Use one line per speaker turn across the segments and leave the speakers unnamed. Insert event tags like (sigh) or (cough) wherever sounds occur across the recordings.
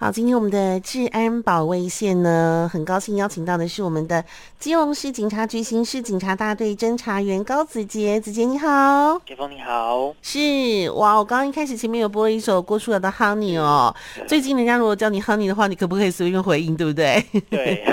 好，今天我们的治安保卫线呢，很高兴邀请到的是我们的基隆市警察局刑事警察大队侦查员高子杰，子杰你好。
杰峰
(laughs)
你好，
是哇，我刚刚一开始前面有播了一首郭书瑶的《Honey》哦。最近人家如果叫你 Honey 的话，你可不可以随便回应，对不对？ (laughs)
对，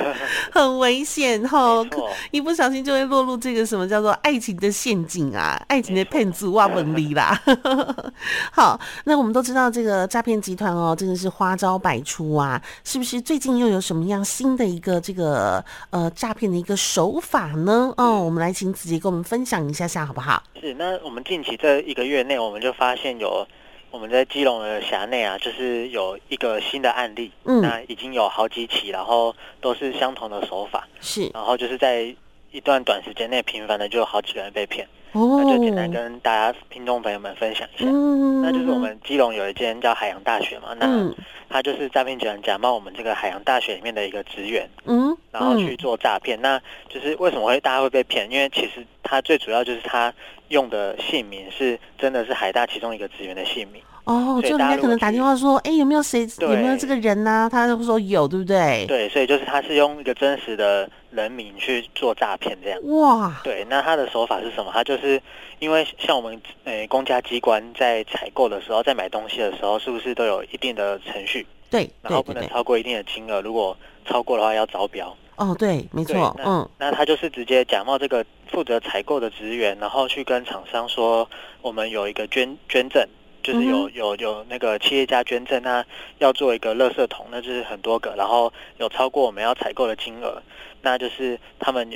很危险哦
没，错
一不小心就会落入这个什么叫做爱情的陷阱啊，爱情的骗子哇，本离啦。 (laughs) 好，那我们都知道这个诈骗集团哦，真的是花招百出啊，是不是？最近又有什么样新的一个这个呃诈骗的一个手法呢？哦，我们来请子杰跟我们分享一下下好不好？
是那我们近期这一个月内，我们就发现有我们在基隆的辖内啊，就是有一个新的案例，
嗯，
那已经有好几起，然后都是相同的手法，
是
然后就是在一段短时间内频繁的就有好几个人被骗，
哦
那就简单跟大家听众朋友们分享一下。
嗯
那就是我们基隆有一间叫海洋大学嘛，那
嗯
他就是诈骗集团假冒我们这个海洋大学里面的一个职员，
嗯，
然后
嗯
去做诈骗。那就是为什么会大家会被骗？因为其实他最主要就是他用的姓名是真的是海大其中一个职员的姓名。
哦，
所以
就人
大
家
家
可
如果
能打
去
电话说，哎、有没有谁有没有
对
这个人呐、他就说有，对不对？
对，所以就是他是用一个真实的人名去做诈骗这样。
哇，
对，那他的手法是什么？他就是因为像我们呃公家机关在采购的时候，在买东西的时候，是不是都有一定的程序？
对
然后
对
不
对
能
对，
超过一定的金额，如果超过的话要招标。
哦对，没
对
错，
那
嗯
那他就是直接假冒这个负责采购的职员，然后去跟厂商说，我们有一个捐捐赠，就是有、有有那个企业家捐赠，那要做一个垃圾桶，那就是很多个，然后有超过我们要采购的金额，那就是他们。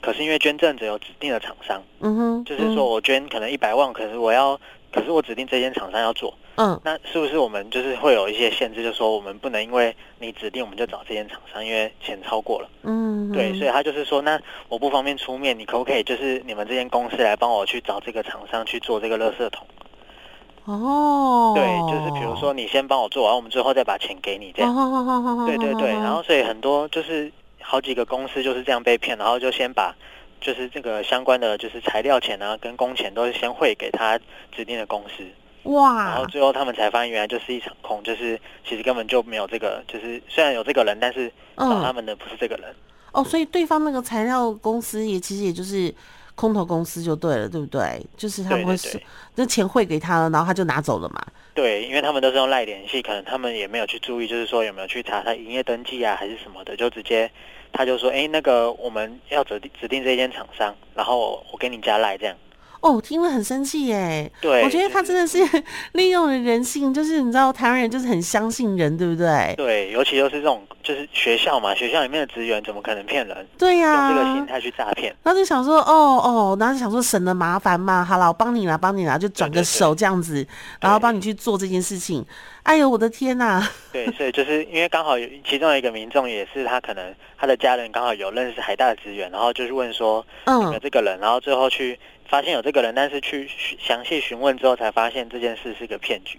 可是因为捐赠者有指定的厂商，
嗯哼，
就是说我捐可能一百万，可是我要，可是我指定这间厂商要做，
嗯，
那是不是我们就是会有一些限制，就说我们不能因为你指定我们就找这间厂商，因为钱超过了。
嗯嗯，
对，所以他就是说，那我不方便出面，你可不可以就是你们这间公司来帮我去找这个厂商去做这个垃圾桶？
哦，
对，就是比如说你先帮我做，然后我们最后再把钱给你这样。
哦，
对对对，然后所以很多就是好几个公司就是这样被骗，然后就先把就是这个相关的就是材料钱啊跟工钱都是先汇给他指定的公司，然后
哇，
最后他们才发现原来就是一场空，就是其实根本就没有这个，就是虽然有这个人，但是找他
嗯，
们的不是这个人。
哦，所以对方那个材料公司也其实也就是。空头公司就对了，对不对？就是他
对
们会
对
收
对。，
那钱汇给他了，然后他就拿走了嘛。
对，因为他们都是用赖联系，可能他们也没有去注意，就是说有没有去查他营业登记啊，还是什么的，就直接他就说，哎，那个我们要指定指定这间厂商，然后我我给你加赖这样。
哦，听了很生气耶。
对，
我觉得他
就是
真的是 (laughs) 利用了人性，就是你知道台湾人就是很相信人，对不对？
对，尤其又是这种就是学校嘛，学校里面的职员怎么可能骗人？
对啊呀、
用这个心态去诈骗，
然后就想说，哦哦，然后就想说省了麻烦嘛，好了，我帮你啦，帮你啦，就转个
对对对
手这样子，然后帮你去做这件事情。哎呦，我的天呐、
对，所以就是因为刚好有其中有一个民众也是他可能他的家人刚好有认识海大的职员，然后就是问说有
嗯，
这个人，然后最后去发现有这个人，但是去去详细询问之后才发现这件事是个骗局。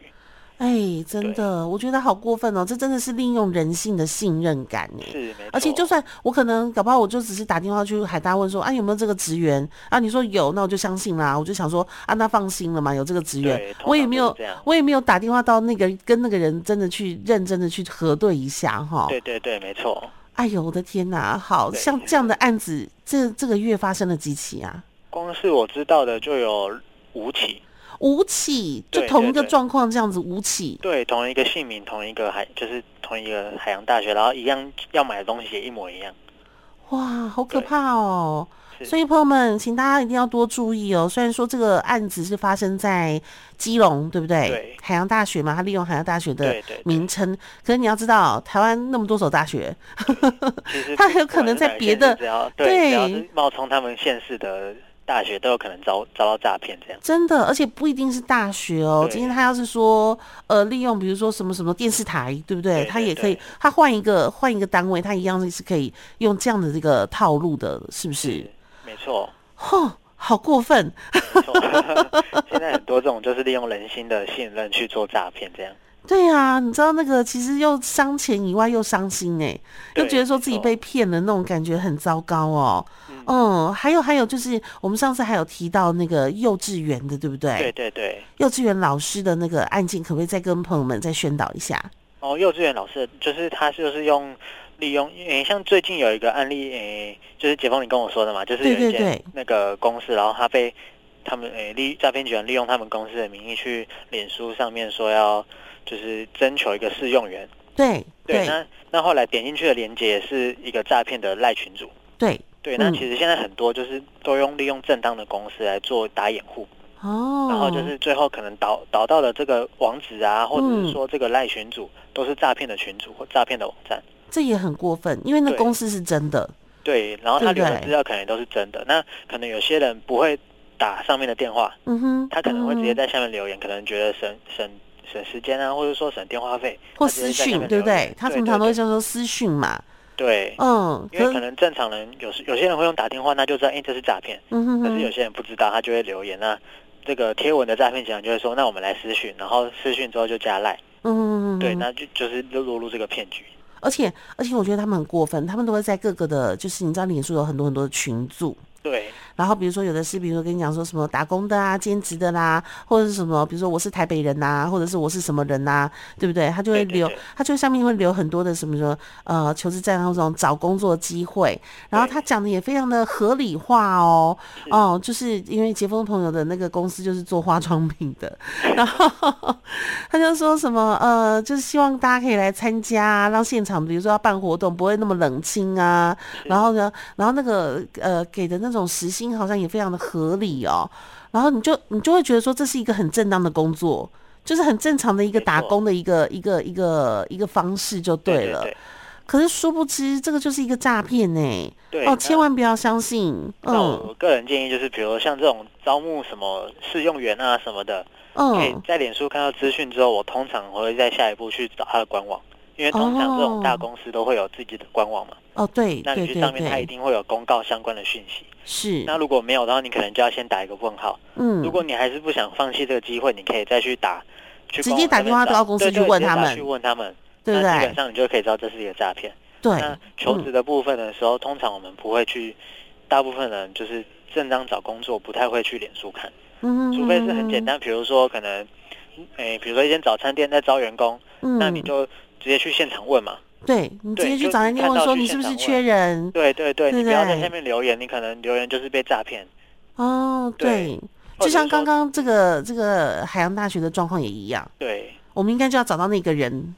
哎，真的，我觉得好过分哦，这真的是利用人性的信任感
是
哎。
没错，
而且就算我可能搞不好，我就只是打电话去海大问说啊有没有这个职员啊？你说有，那我就相信啦。我就想说啊，那放心了嘛，有这个职员
对，通
我也
常
没
都是
有
这样，
我也没有打电话到那个跟那个人真的去认真的去核对一下哈。
对对对，没错。
哎呦，我的天哪！好
对
像这样的案子，这这个月发生了几起啊？
光是我知道的就有五起，
五起，就
对
同一
对
个
对
状况这样子五起。
对，同一个姓名，同一个海，就是同一个海洋大学，然后一样要买的东西也一模一样。
哇，好可
对
怕哦！
是
所以朋友们，请大家一定要多注意哦。虽然说这个案子是发生在基隆，对不对？
对
海洋大学嘛，他利用海洋大学的
对对对
名称，可是你要知道，台湾那么多所大学，
其实
他有可能在别的
不管是哪个县市只要对，
对
只要是冒充他们县市的大学，都有可能遭遭到诈骗这样。
真的，而且不一定是大学哦。
对
今天他要是说，呃，利用比如说什么什么电视台，对不对？
对对
他也可以
对，
他换一个换一个单位，他一样是可以用这样的这个套路的，是不是？，
没错，
吼，好过分！(laughs)
没错。 (laughs) 现在很多这种就是利用人心的信任去做诈骗这样。
对啊，你知道那个其实又伤钱以外又伤心哎、又
对
觉得说自己
没错
被骗了那种感觉很糟糕哦。
嗯
嗯，还有还有就是我们上次还有提到那个幼稚园的，对不对？
对对对。
幼稚园老师的那个案件，可不可以再跟朋友们再宣导一下？
哦，幼稚园老师就是他就是用利用，诶、像最近有一个案例，诶、就是解放你跟我说的嘛，就是有
对对
一间
对
那个公司，然后他被他们诶、利诈骗集团利用他们公司的名义去脸书上面说要就是征求一个试用员，
对
对，
对
那那后来点进去的链接也是一个诈骗的赖群主，
对，
对，那
嗯
其实现在很多就是都用利用正当的公司来做打掩护，
哦，
然后就是最后可能导导到了这个网址啊，或者
嗯
是说这个赖群主都是诈骗的群主或诈骗的网站。
这也很过分，因为那
对
公司是真的，
对，然后他
对
留
不对
的资料可能都是真的。那可能有些人不会打上面的电话，
嗯哼，
他可能会直接
嗯
在下面留言，可能觉得省省省时间啊，或者说省电话费
嗯或
他直
私
接在下
讯，
面
对不
留
对
言？
他
对
通常
对
都会
对
叫做私讯嘛，
对。
嗯，
因为可
是
能正常人有时有些人会用打电话，那就知道哎、这是诈骗，
嗯哼
可是
哼
有，些人不知道，他就会留言那。这个贴文的诈骗集团就会说，那我们来私讯，然后私讯之后就加赖，
嗯哼哼
对，
哼
那就就是落入这个骗局。
而且而且我觉得他们很过分，他们都会在各个的，就是你知道，脸书有很多很多的群组，
对，
然后比如说有的是，比如说跟你讲说什么打工的啊、兼职的啦、或者是什么，比如说我是台北人呐、或者是我是什么人呐、对不对？他就会
对对
留，
对
他就上面会留很多的什么说呃求职站啊，那种找工作机会，然后
对
他讲的也非常的合理化哦，
是
哦，就是因为杰峰朋友的那个公司就是做化妆品 (laughs) 的，然后他就说什么呃，就是希望大家可以来参加啊，让现场比如说要办活动不会那么冷清啊，然后呢，然后那个呃给的那种时薪好像也非常的合理哦，然后你就你就会觉得说这是一个很正当的工作，就是很正常的一个
没
打
错
工的一个一个一个一个方式就对了。
对
可是殊不知这个就是一个诈骗呢，
对
哦，
那
千万不要相信。
那
嗯
我个人建议就是，比如像这种招募什么试用员啊什么的，可以
嗯，
在脸书看到资讯之后，我通常会在下一步去找他的官网，因为通常这
哦
种大公司都会有自己的官网嘛，
哦，对
那
对
你去
对
上面它一
对，
定会有公告相关的讯息。
是，
那如果没有的话，你可能就要先打一个问号。
嗯
如，果你还是不想放弃这个机会，你可以再去打，去
直
官
接
网
打
那边
电话
找
到公司
对
去
对
问
直接
他
打
们
去问他们，
对不
那基本
对？
上你就可以知道这是一个诈骗。
对嗯
那，求职的部分的时候，通常我们不会去，大部分人就是正当找工作不太会去脸书看，
嗯
除非是很简，单，比如说可能，诶、比如说一间早餐店在招员工，
嗯
那你就直接去现场问嘛。
对你直
对
接去
就
找人家
看
问
到
说
去
你是不
现
是
场
缺
问
人？
对对对，
对
你不要
对
在下面留言，你可能留言就是被诈骗。
哦，对
对，
就像刚
或者说
刚这个这个海洋大学的状况也一样，
对
我们应该就要找到那个人，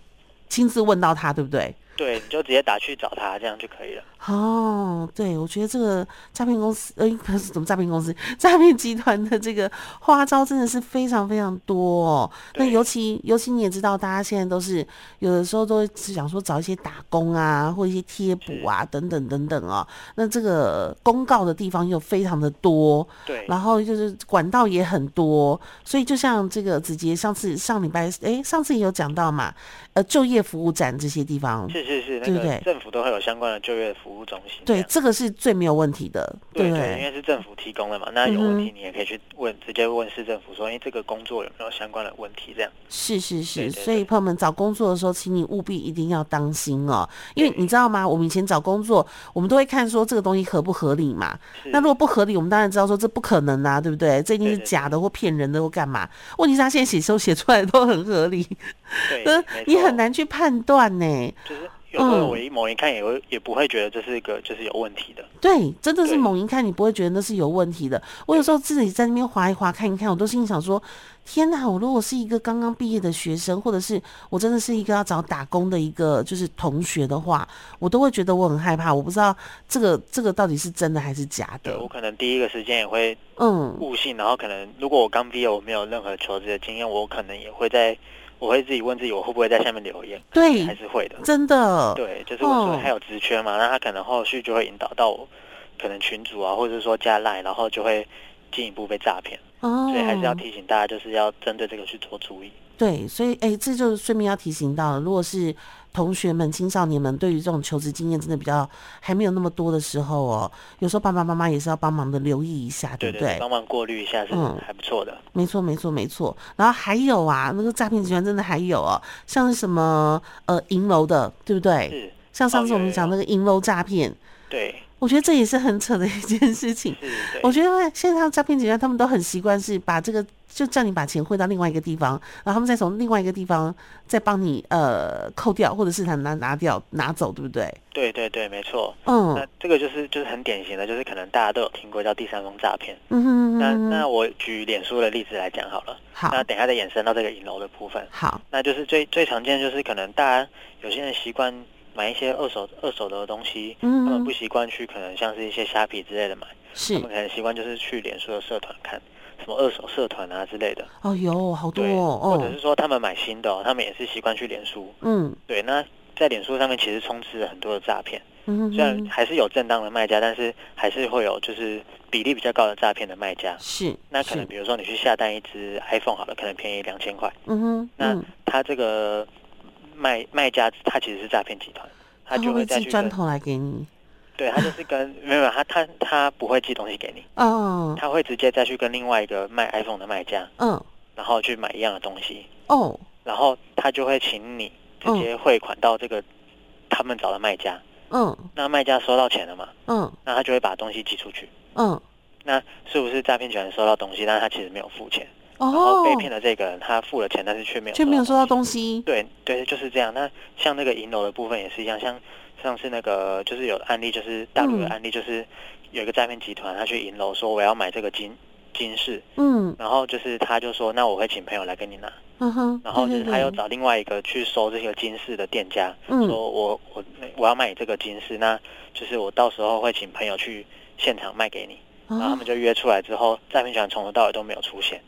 亲自问到他，对不对？
对，你就直接打去找他，这样就可以了。
哦，对，我觉得这个诈骗公司，呃，不是怎么诈骗公司， (laughs) 诈骗集团的这个花招真的是非常非常多哦。那
对
尤其尤其你也知道，大家现在都是有的时候都会只想说找一些打工啊，或一些贴补啊，等等等等哦。那这个公告的地方又非常的多，
对
然后就是管道也很多，所以就像这个子杰上次上礼拜，诶，上次也有讲到嘛，呃，就业服务展这些地方，
是是是，那
对不
个
对
政府都会有相关的就业服务中心这
对，
样。
这个是最没有问题的，
对
不
对，因为是政府提供的嘛，那有
嗯
问
哼
题你也可以去问，直接问市政府说，哎，这个工作有没有相关的问题？这样
是是是，
对对
所以
对
朋友们找工作的时候，请你务必一定要当心哦，因为
对
你知道吗？我们以前找工作，我们都会看说这个东西合不合理嘛。
是
那如果不合理，我们当然知道说这不可能啊，对不对？这一定是
嗯对对对
假的或骗人的或干嘛。问题是他现在写修写出来都很合理，
对
呃，
没
(laughs) 你
错
很难去判断呢。
就是有时候
嗯
我一猛一看也会也不会觉得这是一个就是有问题的，
对，真的是
对
猛一看，你不会觉得那是有问题的。我有时候自己在那边划一划看一看，我都心里想说：天哪！我如果是一个刚刚毕业的学生，或者是我真的是一个要找打工的一个就是同学的话，我都会觉得我很害怕，我不知道这个这个到底是真的还是假
对
的。
我可能第一个时间也会
嗯，
悟性，然后可能如果我刚毕业我没有任何求职的经验，我可能也会在我会自己问自己我会不会在下面留言，还
对，
是会的，
真的，
对，就是我说
哎哦
他有职缺嘛，那他可能后续就会引导到我可能群主啊，或者说加赖，然后就会进一步被诈骗，
哦，
所以还是要提醒大家，就是要针对这个去做注意。
对，所以哎、诶这就是顺便要提醒到了，如果是同学们、青少年们对于这种求职经验真的比较还没有那么多的时候哦，有时候爸爸妈妈也是要帮忙的留意一下，
对
不
对
对？
对，帮忙过滤一下是
嗯
还不错的。
没错，没错，没错。然后还有啊，那个诈骗集团真的还有哦，像是什么呃银楼的，对不对？
是，
像上
哦
次我
有
们
有
讲那个银楼诈骗，
对，
我觉得这也是很扯的一件事情。
是，对
我觉得现在诈骗集团他们都很习惯是把这个就叫你把钱汇到另外一个地方，然后他们再从另外一个地方再帮你呃扣掉，或者是他拿拿掉拿走，对不对？
对对对，没错。那
嗯
这个就是就是很典型的，就是可能大家都有听过叫第三方诈骗。
嗯哼
那
嗯
那
哼，
我举脸书的例子来讲好了，
好
那等一下再延伸到这个银楼的部分。
好，
那就是最最常见就是可能大家有些人习惯买一些二手二手的东西，他们
嗯
呃不，习惯去可能像是一些虾皮之类的买，
是
他们可能习惯就是去脸书的社团看什么二手社团啊之类的，
哦，有好多
对，或者
哦
是，说他们买新的、哦，他们也是习惯去脸书，
嗯
对，那在脸书上面其实充斥了很多的诈骗，
嗯
虽然
哼，
还是有正当的卖家，但是还是会有就是比例比较高的诈骗的卖家。
是，
那可能
是
比如说你去下单一只 iPhone 好了，可能便宜两千块。
嗯哼，
那
嗯
他这个卖卖家他其实是诈骗集团，他
他会
就
不会
会再
寄
去
砖
跟，
头来给你？
对他就是跟没有没有他他他不会寄东西给你，
嗯
他会直接再去跟另外一个卖 iPhone 的卖家，
嗯
然后去买一样的东西，
哦，
然后他就会请你直接汇款到这个他们找的卖家，
嗯
那卖家收到钱了嘛，
嗯
那他就会把东西寄出去。
嗯
那是不是诈骗集团收到东西，但是他其实没有付钱，然后
哦
被，骗的这个人他付了钱，但是却没有
却没有收到
西
东西，
对对，就是这样。那像那个银楼的部分也是一样，像上次那个就是有案例，就是大陆的
嗯
案例，就是有一个诈骗集团，他去银楼说我要买这个金金饰，
嗯
然后就是他就说那我会请朋友来跟你拿，
嗯哼，
然后就
对
是
对
他又
对
找另外一个去收这个金饰的店家，
嗯
说我我我要买这个金饰，那就是我到时候会请朋友去现场卖给你，然后他
啊
们就约出来之后，诈骗集团从头到尾都没有出现。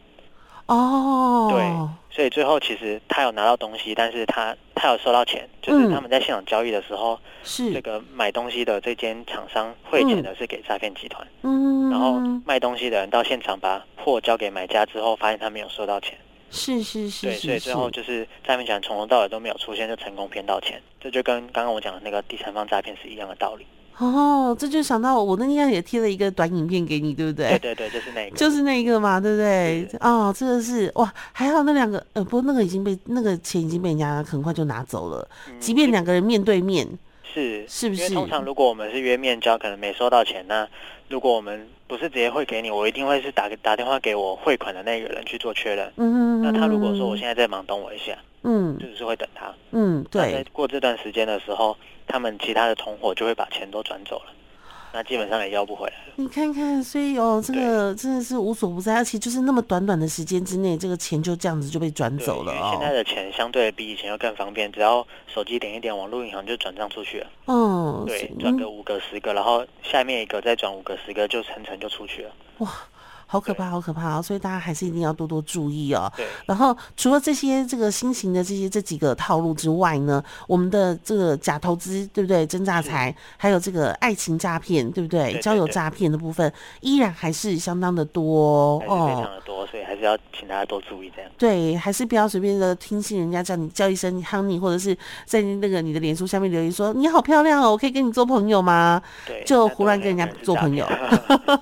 哦，
对所以最后其实他有拿到东西，但是他他有收到钱，就是
嗯
他们在现场交易的时候，这
是，
个买东西的这间厂商汇钱的是给诈骗集团，
嗯，
然后卖东西的人到现场把货交给买家之后，发现他没有收到钱，
是是是
对，
是，
所以最后
是
就是诈骗集团从头到尾都没有出现，就成功骗到钱，这就跟刚刚我讲的那个第三方诈骗是一样的道理。
哦，这就想到我那天也贴了一个短影片给你，对不
对
对？
对对，就是那个，
就是那一个嘛，对不对
是？
哦，这个是哇，还好那两个，呃，不过那个已经被那个钱已经被人家很快就拿走了，
嗯
即便两个人面对面，
是
是不
因为
是？
通常如果我们是约面交，可能没收到钱，那如果我们不是直接汇给你，我一定会是打打电话给我汇款的那个人去做确认。
嗯，
那他如果说我现在在忙，等我一下，
嗯
就是会等他。
嗯，
那在
对，
过这段时间的时候，他们其他的同伙就会把钱都转走了，那基本上也要不回来了。
你看看，所以哦，这个真的是无所不在，而且就是那么短短的时间之内，这个钱就这样子就被转
对
走了
因为现在
哦。
的钱相对比以前要更方便，只要手机点一点，网络银行就转账出去了。
嗯，
对
是，
转
嗯
个五个、十个，然后下面一个再转五个、十个，就层层就出去了。
好可
对
怕，好可怕哦！所以大家还是一定要多多注意哦。 (laughs)
对，
然后除了这些这个新型的这些这几个套路之外呢，我们的这个假投资，对不对？真诈财，还有这个爱情诈骗，对不对？
对
交友
对
诈骗的部分依然还是相当的多哦。
还是非常的多，所以还是要请大家多注意这样。
对，还是不要随便的听信人家叫你叫一声 “honey”，或者是在那个你的脸书下面留言说“你好漂亮哦，我可以跟你做朋友吗
对，
就
那
胡乱
都有
跟人家
可能是
做
诈
朋？”？
骗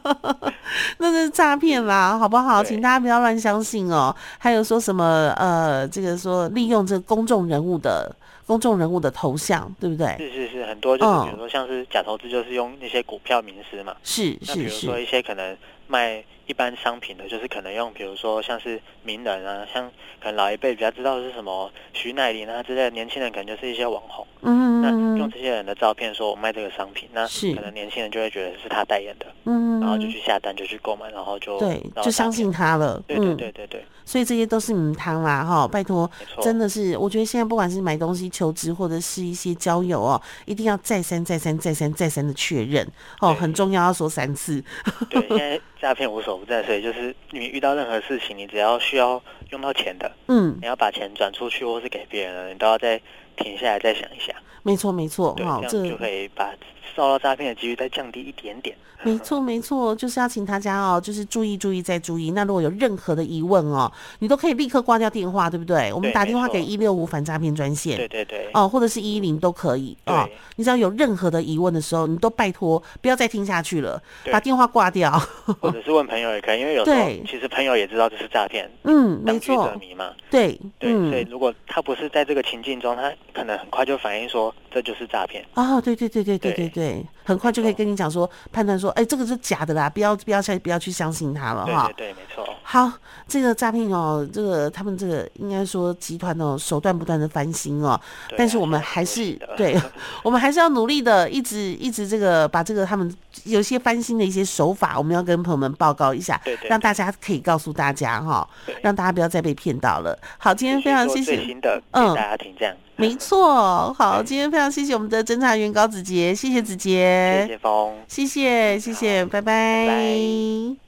那是诈骗啦，好不好？
对
请大家不要乱相信哦。还有说什么呃，这个说利用这公众人物的公众人物的头像，对不对？
是是是，很多就是
嗯
比如说像是假投资，就是用那些股票名师嘛。
是
那
是
比如说
是，
一些可能卖一般商品的，就是可能用比如说像是名人啊，像可能老一辈比较知道的是什么徐乃麟啊之类的，年轻人可能就是一些网红。那
嗯
用
嗯
这些人的照片说我卖这个商品，那
是
可能年轻人就会觉得是他代言的，
嗯，
然后就去下单就去购买，然后就
对，
然
就
后诈
相
骗
信他了。
对对
嗯
对对对，
所以这些都是母汤啦，哈，拜托，
没错，
真的是，我觉得现在不管是买东西、求职或者是一些交友哦，一定要再三、再三、再三、再三的确认哦，
对
很重要，要说三次。
对，现在诈骗无所不在，所以就是你遇到任何事情，你只要需要用到钱的，
嗯，
你要把钱转出去或是给别人了，你都要再停下来再想一想，
没错，没错，
对，
哈，
这样
这
就可以把受到诈骗的几率再降低一点点。
没错，没错，就是要请大家哦，就是注意、注意再注意。那如果有任何的疑问哦，你都可以立刻挂掉电话，对不对？我们
对
打
没
电话
错
给一六五反诈骗专线。
对对对，
哦，或者是一零都可以哦
对。
你只要有任何的疑问的时候，你都拜托不要再听下去了，
对
把电话挂掉。
或者是问朋友也可以，因为有时候
对
其实朋友也知道这是诈骗，
嗯，没
当局
错
者，迷嘛。
对，
对，
嗯
所以如果他不是在这个情境中，他可能很快就反应说这就是诈骗。
哦，对对对对对对
对
对，很快就可以跟你讲说，判断说，哎、这个是假的啦，不要不要相不要去相信他了
对
哈。
对对，没错。
好，这个诈骗哦，这个他们这个应该说集团哦，手段不断的翻新哦，
对
但是
啊
我们
现在
还
都
是
的 (laughs)
对，我们还是要努力的，一直一直这个把这个他们有一些翻新的一些手法，我们要跟朋友们报告一下，
对对
让
对
大家可以告诉大家哈、
对
让大家不要再被骗到了。好，今天
继续
非常
做
谢
最
谢，
新的给
嗯
大家听，这样
没错，好，
对
今天非常谢谢我们的侦查员高子杰，谢谢子
谢
杰，
谢峰。
谢谢谢谢，拜拜
拜